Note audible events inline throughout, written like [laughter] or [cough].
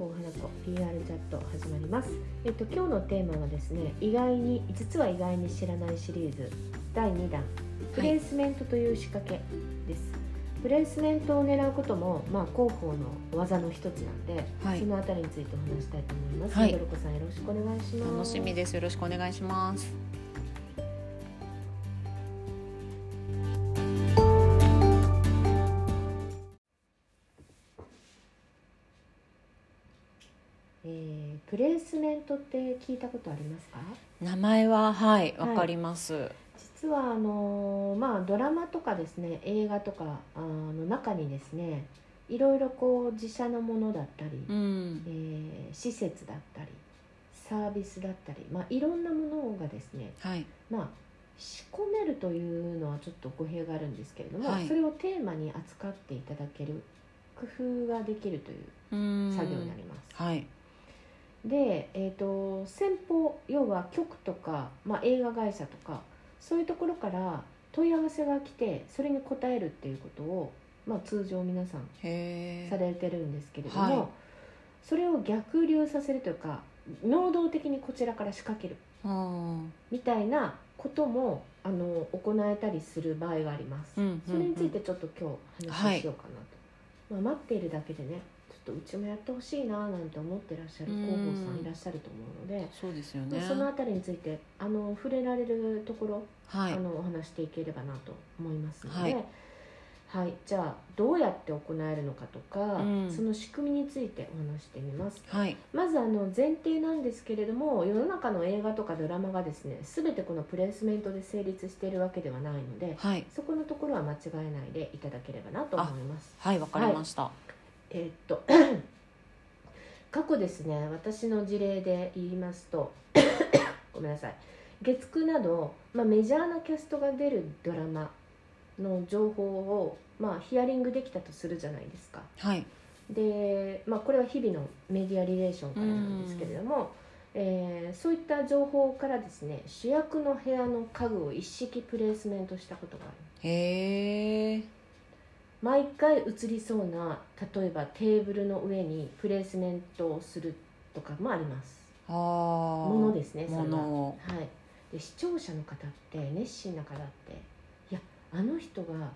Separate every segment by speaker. Speaker 1: PR チャット始まります、えっと、今日のテーマはですね意外に5つは意外に知らないシリーズ第2弾プレイスメントという仕掛けです、プレイスメントを狙うことも、まあ、広報の技の一つなんで、
Speaker 2: はい
Speaker 1: そのあたりについてお話したいと思います、
Speaker 2: はい
Speaker 1: ドルコさんよろしくお願いしま
Speaker 2: 楽
Speaker 1: す
Speaker 2: しみですよろしくお願いします
Speaker 1: えープレイスメントって聞いたことありますか
Speaker 2: 名前ははい
Speaker 1: はい
Speaker 2: わかります、
Speaker 1: 実はあのーまあドラマとかですね映画とかあーの中にですねいろいろこう自社のものだったり、
Speaker 2: うん
Speaker 1: えー施設だったりサービスだったり、まあ、いろんなものがですね
Speaker 2: はい
Speaker 1: まあ仕込めるというのはちょっと語弊があるんですけれども、
Speaker 2: はい
Speaker 1: それをテーマに扱っていただける工夫ができるという
Speaker 2: うん
Speaker 1: 作業になります。
Speaker 2: はい
Speaker 1: で、えー、と先方要は局とか、まあ、映画会社とかそういうところから問い合わせが来てそれに応えるっていうことを、まあ、通常皆さん
Speaker 2: へ
Speaker 1: さ
Speaker 2: え
Speaker 1: れてるんですけれども、
Speaker 2: はい
Speaker 1: それを逆流させるというか能動的にこちらから仕掛ける
Speaker 2: うん
Speaker 1: みたいなこともあの行えたりする場合があります。
Speaker 2: うん
Speaker 1: それについてちょっと今日
Speaker 2: は
Speaker 1: 話を
Speaker 2: い
Speaker 1: しようかなと、まあ、待っているだけでねちょっとうちもやってほしいななんて思ってらっしゃる
Speaker 2: うん
Speaker 1: 広報さんいらっしゃると思うので、
Speaker 2: そうですよ
Speaker 1: ま
Speaker 2: ね
Speaker 1: あ、そのあたりについてあの触れられるところ、
Speaker 2: はい
Speaker 1: あのお話していければなと思いますので、は
Speaker 2: はいい
Speaker 1: じゃあどうやって行えるのかとか、
Speaker 2: うん
Speaker 1: その仕組みについてお話してみます。
Speaker 2: はい
Speaker 1: まずあの前提なんですけれども世の中の映画とかドラマがですね全てこのプレイスメントで成立しているわけではないので
Speaker 2: はい
Speaker 1: そこのところは間違えないでいただければなと思います。
Speaker 2: はいわかりました、
Speaker 1: えーっと [clears throat] 過去ですね私の事例で言いますと [coughs] ごめんなさい月9など、まあ、メジャーなキャストが出るドラマの情報を、まあ、ヒアリングできたとするじゃないですか。
Speaker 2: はい
Speaker 1: で、まあ、これは日々のメディアリレーションからなんですけれども、えーそういった情報からですね主役の部屋の家具を一式プレイスメントしたことがある
Speaker 2: へえ
Speaker 1: 毎回映りそうな例えばテーブルの上にプレイスメントをするとかもあります
Speaker 2: ああ
Speaker 1: ものですねそれは
Speaker 2: ものを
Speaker 1: はい、で視聴者の方って熱心な方っていやあの人が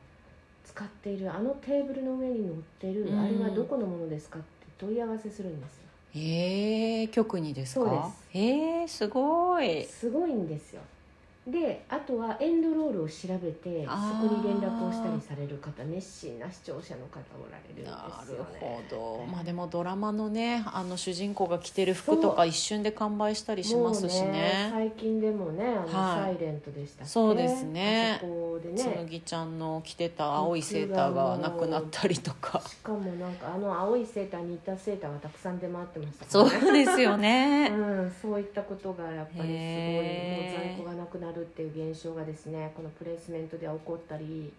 Speaker 1: 使っているあのテーブルの上に乗ってる
Speaker 2: うん
Speaker 1: あれはどこのものですかって問い合わせするんですよ
Speaker 2: へえ局にですか
Speaker 1: そうです
Speaker 2: へえすごい
Speaker 1: すごいんですよであとはエンドロールを調べて
Speaker 2: あ
Speaker 1: そ
Speaker 2: ー
Speaker 1: こに連絡をしたりされる方熱心な視聴者の方おられるんです
Speaker 2: なる
Speaker 1: よね
Speaker 2: ほど、まあ、でもドラマのねあの主人公が着てる服とか一瞬で完売したりしますし
Speaker 1: もうね
Speaker 2: ね
Speaker 1: 最近でもね「あの
Speaker 2: は
Speaker 1: サ
Speaker 2: い
Speaker 1: イレントでしたっけ
Speaker 2: そうですね
Speaker 1: あそこで
Speaker 2: つ
Speaker 1: ね
Speaker 2: むぎちゃんの着てた青いセーターがなくなったりと
Speaker 1: [laughs]
Speaker 2: か
Speaker 1: しかもなんかあの青いセーターに似たセーターがたくさん出回ってました
Speaker 2: そう
Speaker 1: ね
Speaker 2: ですよね
Speaker 1: うん、そういったことがやっぱりすごいもう
Speaker 2: へ
Speaker 1: 在
Speaker 2: ー
Speaker 1: 庫がなくなるっていう現象がですねこのプレイスメントでは起こったり、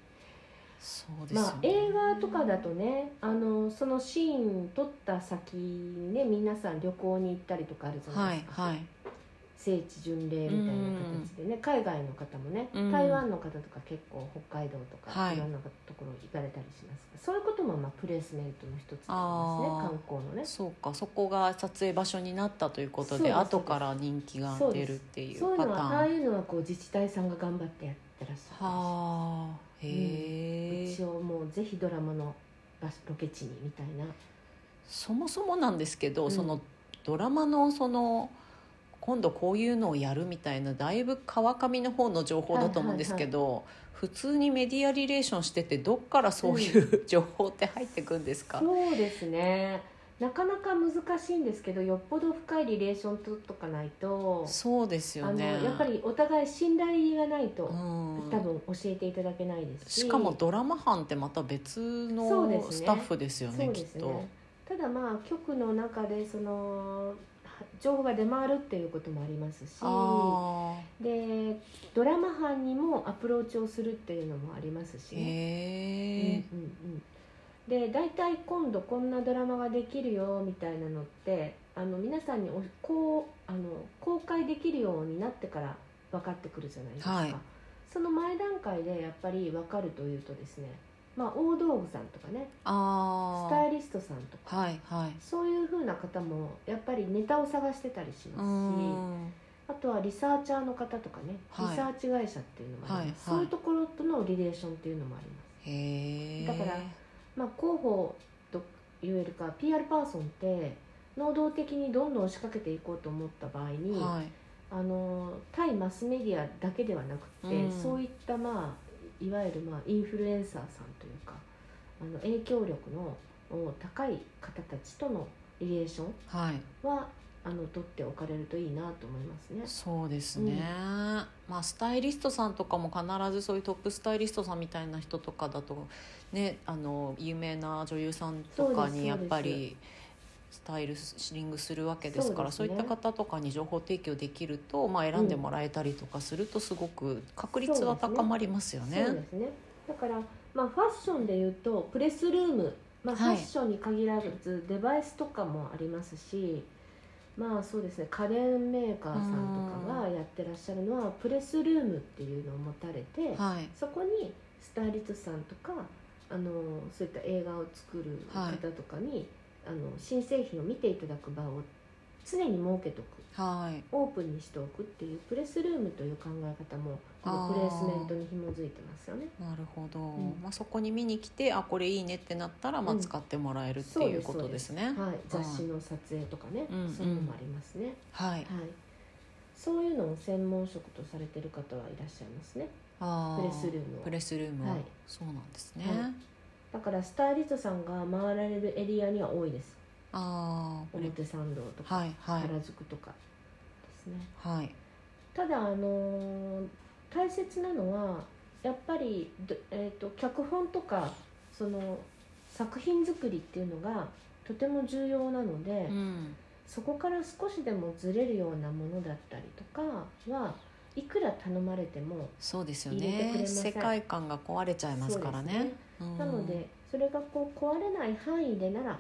Speaker 2: そうですよね、
Speaker 1: まあ、映画とかだとねあのそのシーン撮った先にね皆さん旅行に行ったりとかあるじゃな
Speaker 2: はい
Speaker 1: で
Speaker 2: い
Speaker 1: すか、
Speaker 2: はい
Speaker 1: 聖地巡礼みたいな形でね、海外の方もね、
Speaker 2: うん
Speaker 1: 台湾の方とか結構北海道とか、
Speaker 2: はい
Speaker 1: い、ろんなところ行かれたりしますがそういうこともまあプレイスメントの一つですね観光のね
Speaker 2: そうかそこが撮影場所になったということ
Speaker 1: そうで
Speaker 2: で
Speaker 1: す
Speaker 2: 後から人気が出るっていう
Speaker 1: そういう
Speaker 2: パ
Speaker 1: の
Speaker 2: タ
Speaker 1: はああ
Speaker 2: ーン
Speaker 1: いうのはこう自治体さんが頑張ってやってらっしゃる
Speaker 2: はあへえ、
Speaker 1: 一応もうぜひドラマの場所ロケ地にみたいな
Speaker 2: そもそもなんですけど、
Speaker 1: うん
Speaker 2: そのドラマのその今度こういうのをやるみたいなだいぶ川上の方の情報だと思うんですけど、普通にメディアリレーションしててどっからそういうう情報って入ってくんですか、
Speaker 1: そうですねなかなか難しいんですけどよっぽど深いリレーション取っとかないと、
Speaker 2: そうです
Speaker 1: あ
Speaker 2: よ
Speaker 1: の
Speaker 2: ね
Speaker 1: やっぱりお互い信頼がないと、
Speaker 2: うん
Speaker 1: 多分教えていただけないですし
Speaker 2: しかもドラマ班ってまた別
Speaker 1: そうで
Speaker 2: の
Speaker 1: すね
Speaker 2: スタッフですよね
Speaker 1: そう
Speaker 2: き
Speaker 1: で
Speaker 2: っ
Speaker 1: す
Speaker 2: と、
Speaker 1: ねただまあ局の中でそのは情報が出回るっていうこともありますし
Speaker 2: あ
Speaker 1: でドラマ班にもアプローチをするっていうのもありますし
Speaker 2: ー
Speaker 1: ね、
Speaker 2: へえ
Speaker 1: うんうんうん、で大体今度こんなドラマができるよみたいなのってあの皆さんにおこうあの公開できるようになってから分かってくるじゃないですか、
Speaker 2: はい
Speaker 1: その前段階でやっぱり分かるというとですねまあ、大道具さんとかねスタ
Speaker 2: あ
Speaker 1: イリストさんとか
Speaker 2: あはいはい
Speaker 1: そういう風な方もやっぱりネタを探してたりし
Speaker 2: うー
Speaker 1: ますし
Speaker 2: ん
Speaker 1: あとはリサーチャーの方とかね、
Speaker 2: はい
Speaker 1: リサーチ会社っていうのもあります、
Speaker 2: はい
Speaker 1: そうい
Speaker 2: はい
Speaker 1: うところとのリレーションっていうのもあります
Speaker 2: へえ
Speaker 1: だからまあ、広報と言えるか PR パーソンって能動的にどんどん仕掛けていこうと思った場合に、
Speaker 2: はい
Speaker 1: あの対マスメディアだけではなくて、
Speaker 2: うん
Speaker 1: そういった、まあ、いわゆる、まあ、インフルエンサーさんというかあの影響力のお高い方たちとのリレーション
Speaker 2: はい
Speaker 1: はあの取っておかれるといいなと思いますね。
Speaker 2: そうですね、まあスタイリストさんとかも必ずそういうトップスタイリストさんみたいな人とかだとねあの有名な女優さんと
Speaker 1: そう
Speaker 2: か
Speaker 1: です
Speaker 2: にやっぱりスタイルシングするわけですからそ,、
Speaker 1: そううですね
Speaker 2: いった方とかに情報提供できると、まあ、選んでもらえたりとかするとすごく確率は高まりますよね
Speaker 1: そう。ですねだから、まあ、ファッションでいうとプレスルーム、まあ、ファ
Speaker 2: はい
Speaker 1: ッションに限らずデバイスとかもありますし、まあそうですね家電メーカーさんとかがやってらっしゃるのはプレスルームっていうのを持たれて、
Speaker 2: はい
Speaker 1: そこにスタイリストさんとかあのそういった映画を作る方とかに、あの新製品を見ていただく場を常に設けとく
Speaker 2: はい
Speaker 1: オープンにしておくっていうプレスルームという考え方もこのプレイスメントに紐づいてますよね。
Speaker 2: なるほど、
Speaker 1: ん
Speaker 2: まあ、そこに見に来てあこれいいねってなったら、まあ、
Speaker 1: うん
Speaker 2: 使ってもらえるって
Speaker 1: そう
Speaker 2: い
Speaker 1: で
Speaker 2: う
Speaker 1: す
Speaker 2: ことですね。
Speaker 1: はい、雑誌の撮影とかね、
Speaker 2: うん
Speaker 1: そういうのもありますね、
Speaker 2: はい、
Speaker 1: はい、そういうのを専門職とされてる方はいらっしゃいますね
Speaker 2: あ
Speaker 1: プレスルーム
Speaker 2: プ
Speaker 1: を
Speaker 2: レスルームを、
Speaker 1: はい
Speaker 2: そうなんですね、
Speaker 1: はいだからスタイリストさんが回られるエリアには多いです
Speaker 2: ああ
Speaker 1: 表参道とか
Speaker 2: はいはい
Speaker 1: 原宿とかですね
Speaker 2: はい
Speaker 1: ただあのー大切なのはやっぱりど、えー、と脚本とかその作品作りっていうのがとても重要なので、
Speaker 2: うん
Speaker 1: そこから少しでもずれるようなものだったりとかはいくら頼まれても
Speaker 2: そうですよ
Speaker 1: 入れてくれ
Speaker 2: ね
Speaker 1: ませ
Speaker 2: 世
Speaker 1: ん
Speaker 2: 界観が壊れちゃいますからね
Speaker 1: そうです
Speaker 2: うん
Speaker 1: なのでそれがこう壊れない範囲でなら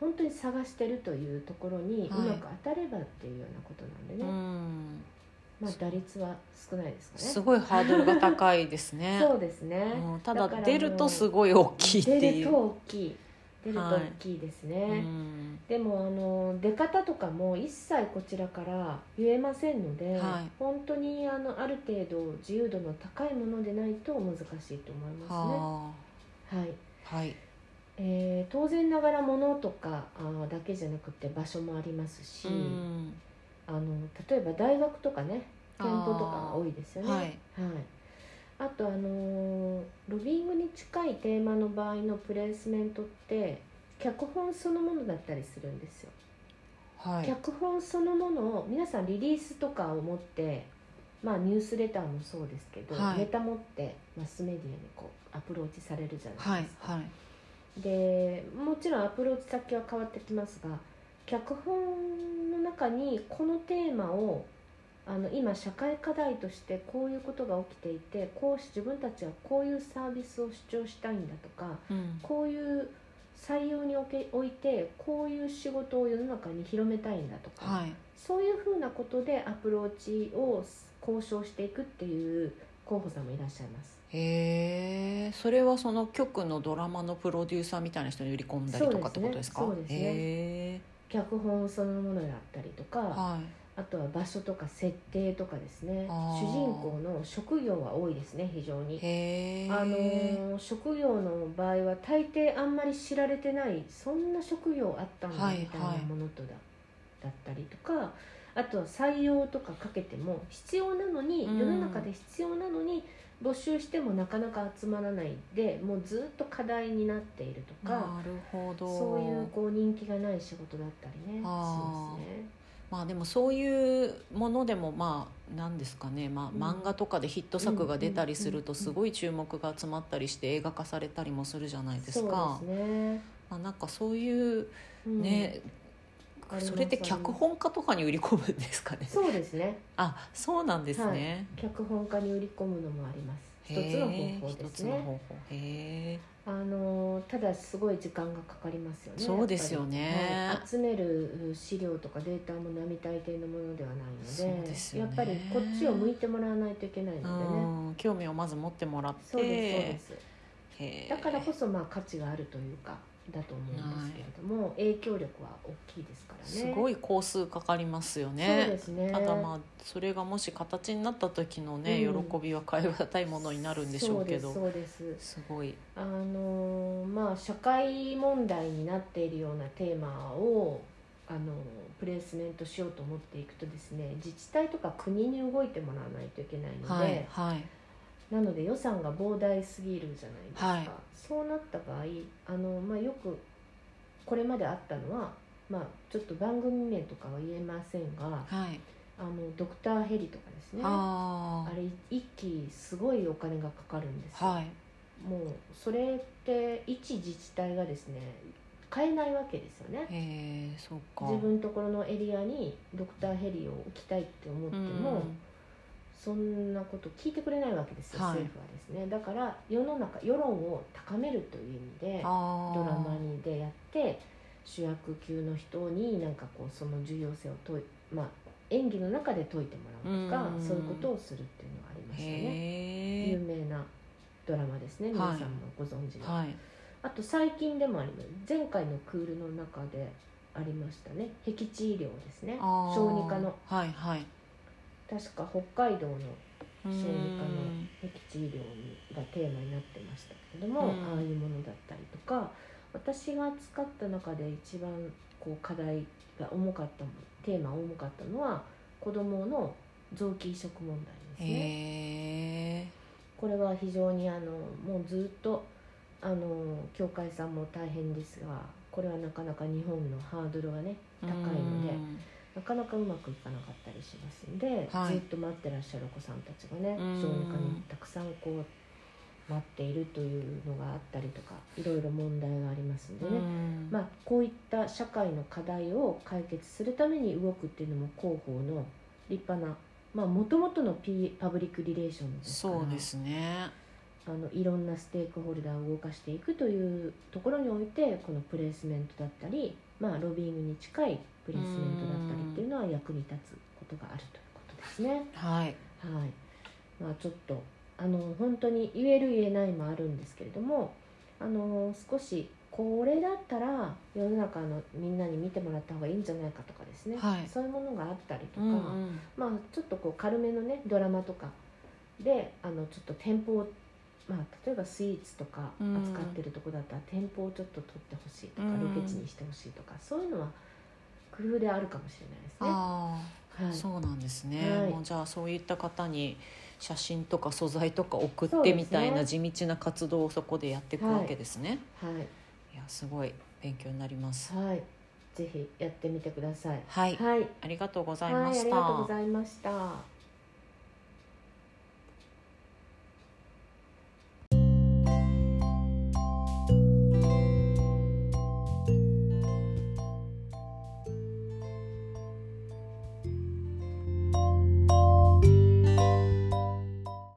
Speaker 1: 本当に探してるというところにう
Speaker 2: はい
Speaker 1: まく当たればっていうようなことなんで
Speaker 2: う
Speaker 1: ね、
Speaker 2: ん
Speaker 1: まあ打率は少ないですかね
Speaker 2: すごいハードルが高いですね
Speaker 1: そうですね、
Speaker 2: うんた
Speaker 1: だ
Speaker 2: だ
Speaker 1: から
Speaker 2: 出るとすごい大きいって
Speaker 1: 出
Speaker 2: い
Speaker 1: る
Speaker 2: う
Speaker 1: と大きい出ると大きいですね、
Speaker 2: うん
Speaker 1: でもあの出方とかも一切こちらから言えませんので、
Speaker 2: はい
Speaker 1: 本当にあのある程度自由度の高いものでないと難しいと思いま
Speaker 2: は
Speaker 1: すね。はい
Speaker 2: あはい
Speaker 1: えー当然ながら物とかあーだけじゃなくて場所もありますし、
Speaker 2: うん
Speaker 1: あの例えば大学とかね店舗とかが多
Speaker 2: い
Speaker 1: いですよね。
Speaker 2: はい
Speaker 1: あとあのーロビングに近いテーマの場合のプレイスメントって脚本そのものだったりするんですよ。
Speaker 2: はい
Speaker 1: 脚本そのものを皆さんリリースとかを持って、まあ、ニュースレターもそうですけど、
Speaker 2: はい
Speaker 1: ネタ持ってマスメディアにこうアプローチされるじゃな
Speaker 2: はいい
Speaker 1: ですか、
Speaker 2: はい
Speaker 1: でもちろんアプローチ先は変わってきますが脚本の中にこのテーマをあの今社会課題としてこういうことが起きていてこうし自分たちはこういうサービスを主張したいんだとか
Speaker 2: うん
Speaker 1: こういう採用におけおいてこういう仕事を世の中に広めたいんだとか、
Speaker 2: はい
Speaker 1: そういうふうなことでアプローチを交渉していくっていう候補さんもいらっしゃいます。
Speaker 2: へえそれはその局のドラマのプロデューサーみたいな人に売り込んだりとかってことですか
Speaker 1: そうですねそうですね
Speaker 2: へ
Speaker 1: 脚本そのものだったりとか、
Speaker 2: えはい
Speaker 1: あとは場所とか設定とかですね
Speaker 2: あー
Speaker 1: 主人公の職業は多いですね非常に。
Speaker 2: へえ
Speaker 1: あのー職業の場合は大抵あんまり知られてないそんな職業あったんだ
Speaker 2: はい
Speaker 1: みたいな
Speaker 2: はい
Speaker 1: ものとだ,、だったりとかあとは採用とかかけても必要なのに、
Speaker 2: うん
Speaker 1: 世の中で必要なのに募集してもなかなか集まらないでもうずっと課題になっているとか
Speaker 2: なるほど
Speaker 1: そういうこう人気がない仕事だったりねし
Speaker 2: あ
Speaker 1: ま
Speaker 2: ー
Speaker 1: すね。
Speaker 2: まあでもそういうものでもまあ何ですかね、ま
Speaker 1: うん
Speaker 2: あ、漫画とかでヒット作が出たりすると
Speaker 1: うんうんうん
Speaker 2: すごい注目が集まったりして映画化されたりもするじゃないです
Speaker 1: そう
Speaker 2: か
Speaker 1: ですね、
Speaker 2: まあ、なんかそういう
Speaker 1: うん
Speaker 2: ね、
Speaker 1: あります
Speaker 2: それって脚本家とかに売り込むんですかね
Speaker 1: そうですね
Speaker 2: あそうなんですね、
Speaker 1: 脚本家に売り込むのもあります一
Speaker 2: へ
Speaker 1: つの方
Speaker 2: え
Speaker 1: 法で
Speaker 2: 一
Speaker 1: す
Speaker 2: つの
Speaker 1: ね
Speaker 2: 方法へえ
Speaker 1: あのただすごい時間がかかりますよね
Speaker 2: そうですよね
Speaker 1: やっぱりはい集める資料とかデータも並大抵のものではないの
Speaker 2: そう
Speaker 1: で
Speaker 2: ですよ
Speaker 1: や
Speaker 2: ね
Speaker 1: っぱりこっちを向いてもらわないといけないうのでね
Speaker 2: ん興味をまず持ってもらって
Speaker 1: そうですそうです
Speaker 2: へえ
Speaker 1: だからこそまあ価値があるというかだと思うんですけれども、影響力は大きいですからね
Speaker 2: すごい工数かかりますよ
Speaker 1: そう
Speaker 2: ね
Speaker 1: ですね
Speaker 2: ただまあそれがもし形になった時のね、
Speaker 1: うん
Speaker 2: 喜びは変え難いものになるんでしょうけど
Speaker 1: そうですそうです
Speaker 2: すごい
Speaker 1: あのーまあ社会問題になっているようなテーマをあのープレイスメントしようと思っていくとですね自治体とか国に動いてもらわないといけないので、
Speaker 2: はいはい
Speaker 1: なので予算が膨大すぎるじゃないですか、
Speaker 2: はい
Speaker 1: そうなった場合あの、まあ、よくこれまであったのは、まあ、ちょっと番組名とかは言えませんが
Speaker 2: はい、
Speaker 1: 「あのドクターヘリ」とかですねあ
Speaker 2: あ
Speaker 1: れ一期すごいお金がかかるんです
Speaker 2: あ
Speaker 1: よ、
Speaker 2: はい
Speaker 1: もうそれって一自治体がですね買えないわけですよね
Speaker 2: へえそうか
Speaker 1: 自分のところのエリアにドクターヘリを置きたいって思っても、
Speaker 2: うん
Speaker 1: そんなこと聞いてくれないわけですよ、
Speaker 2: はい
Speaker 1: 政府はですねだから世の中世論を高めるという意味で
Speaker 2: あー
Speaker 1: ドラマにでやって主役級の人になんかこうその重要性を問い、まあ、演技の中で解いてもらうとか
Speaker 2: うん
Speaker 1: そういうことをするっていうのがありましたね
Speaker 2: へ
Speaker 1: 有
Speaker 2: え
Speaker 1: 名なドラマですね皆さんもご存知の、
Speaker 2: はい
Speaker 1: あと最近でもあります前回のクールの中でありましたね僻地医療ですね
Speaker 2: あー
Speaker 1: 小児科の
Speaker 2: はいはい
Speaker 1: 確か北海道の
Speaker 2: 小
Speaker 1: 児科の僻地医療がテーマになってましたけれども、
Speaker 2: うん
Speaker 1: ああいうものだったりとか私が使った中で一番こう課題が重かったもテーマが重かったのは子どもの臓器移植問題ですね。
Speaker 2: へえ
Speaker 1: これは非常にあのもうずっとあの教会さんも大変ですがこれはなかなか日本のハードルがね高いのでなかなかうまくいかなかったりしますんで、
Speaker 2: はい
Speaker 1: ずっと待ってらっしゃるお子さんたちがね
Speaker 2: うん
Speaker 1: 小児科にたくさんこう待っているというのがあったりとかいろいろ問題がありますんで
Speaker 2: う
Speaker 1: ね、
Speaker 2: ん
Speaker 1: まあ、こういった社会の課題を解決するために動くっていうのも広報の立派なもともとのピパブリックリレーションですから
Speaker 2: そうですね
Speaker 1: あのいろんなステークホルダーを動かしていくというところにおいてこのプレイスメントだったり、まあ、ロビーイングに近いプレイスメントだったりっていうのは役に立つことがあるということですね。
Speaker 2: はい
Speaker 1: はいまあ、ちょっとあの本当に言える言えないもあるんですけれどもあの少しこれだったら世の中のみんなに見てもらった方がいいんじゃないかとかですね、
Speaker 2: はい
Speaker 1: そういうものがあったりとか、
Speaker 2: うんうん
Speaker 1: まあ、ちょっとこう軽めのねドラマとかであのちょっと店舗を、まあ、例えばスイーツとか
Speaker 2: うん
Speaker 1: 扱ってるとこだったら店舗をちょっと取ってほしいとか、
Speaker 2: うん
Speaker 1: ロケ地にしてほしいとかそういうのは工夫であるかもしれないですね。
Speaker 2: ああ
Speaker 1: はい
Speaker 2: そうなんですね
Speaker 1: はい
Speaker 2: もうじゃあそういった方に写真とか素材とか送っ
Speaker 1: そうです
Speaker 2: て
Speaker 1: ね
Speaker 2: みたいな地道な活動をそこでやっていくわけですね
Speaker 1: はい
Speaker 2: いやすごい勉強になります
Speaker 1: はい、ぜひやってみてください。
Speaker 2: はい
Speaker 1: はい、はい、
Speaker 2: ありがとうござい
Speaker 1: あ
Speaker 2: ま
Speaker 1: りが
Speaker 2: し
Speaker 1: とう
Speaker 2: た
Speaker 1: ございました。